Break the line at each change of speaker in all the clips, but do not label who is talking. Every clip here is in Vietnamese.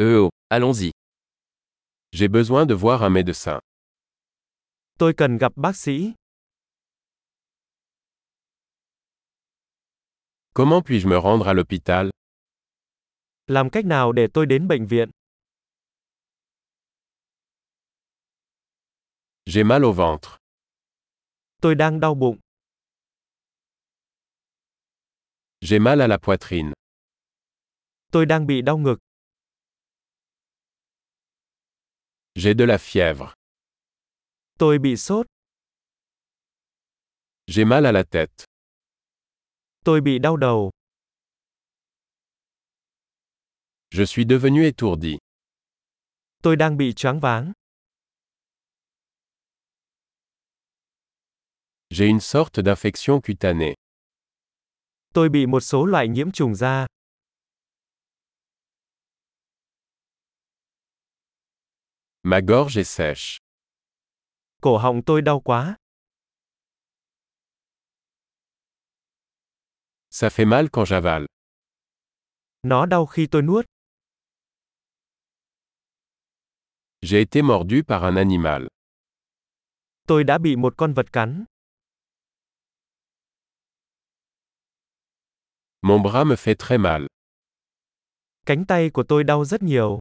Euh oh, allons-y.
J'ai besoin de voir un médecin.
Tôi cần gặp bác sĩ.
Comment puis-je me rendre à l'hôpital
Làm cách nào để tôi đến bệnh viện?
J'ai mal au ventre.
Tôi đang đau bụng.
J'ai mal à la poitrine.
Tôi đang bị đau ngực.
J'ai de la fièvre.
Tôi bị sốt.
J'ai mal à la tête.
Tôi bị đau đầu.
Je suis devenu étourdi.
Tôi đang bị choáng váng.
J'ai une sorte d'infection cutanée.
Tôi bị một số loại nhiễm trùng da.
Ma gorge est sèche.
Cổ họng tôi đau quá.
Ça fait mal quand j'avale.
Nó đau khi tôi nuốt.
J'ai été mordu par un animal.
Tôi đã bị một con vật cắn.
Mon bras me fait très mal.
Cánh tay của tôi đau rất nhiều.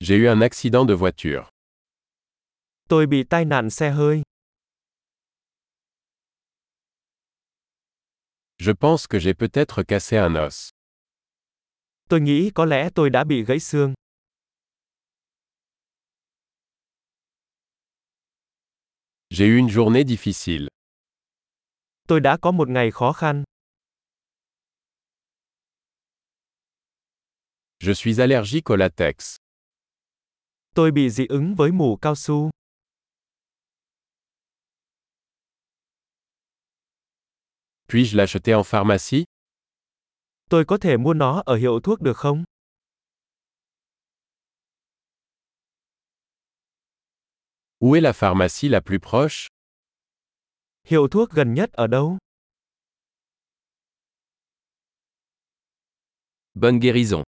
J'ai eu un accident de voiture.
Tôi bị tai nạn xe hơi.
Je pense que j'ai peut-être cassé un os.
Tôi nghĩ có lẽ tôi đã bị gãy xương.
J'ai eu une journée difficile.
Tôi đã có một ngày khó khăn.
Je suis allergique au latex.
Tôi bị dị ứng với mủ cao su.
Puis-je l'acheter en pharmacie
Tôi có thể mua nó ở hiệu thuốc được không?
Où est la pharmacie la plus proche
Hiệu thuốc gần nhất ở đâu?
Bonne guérison.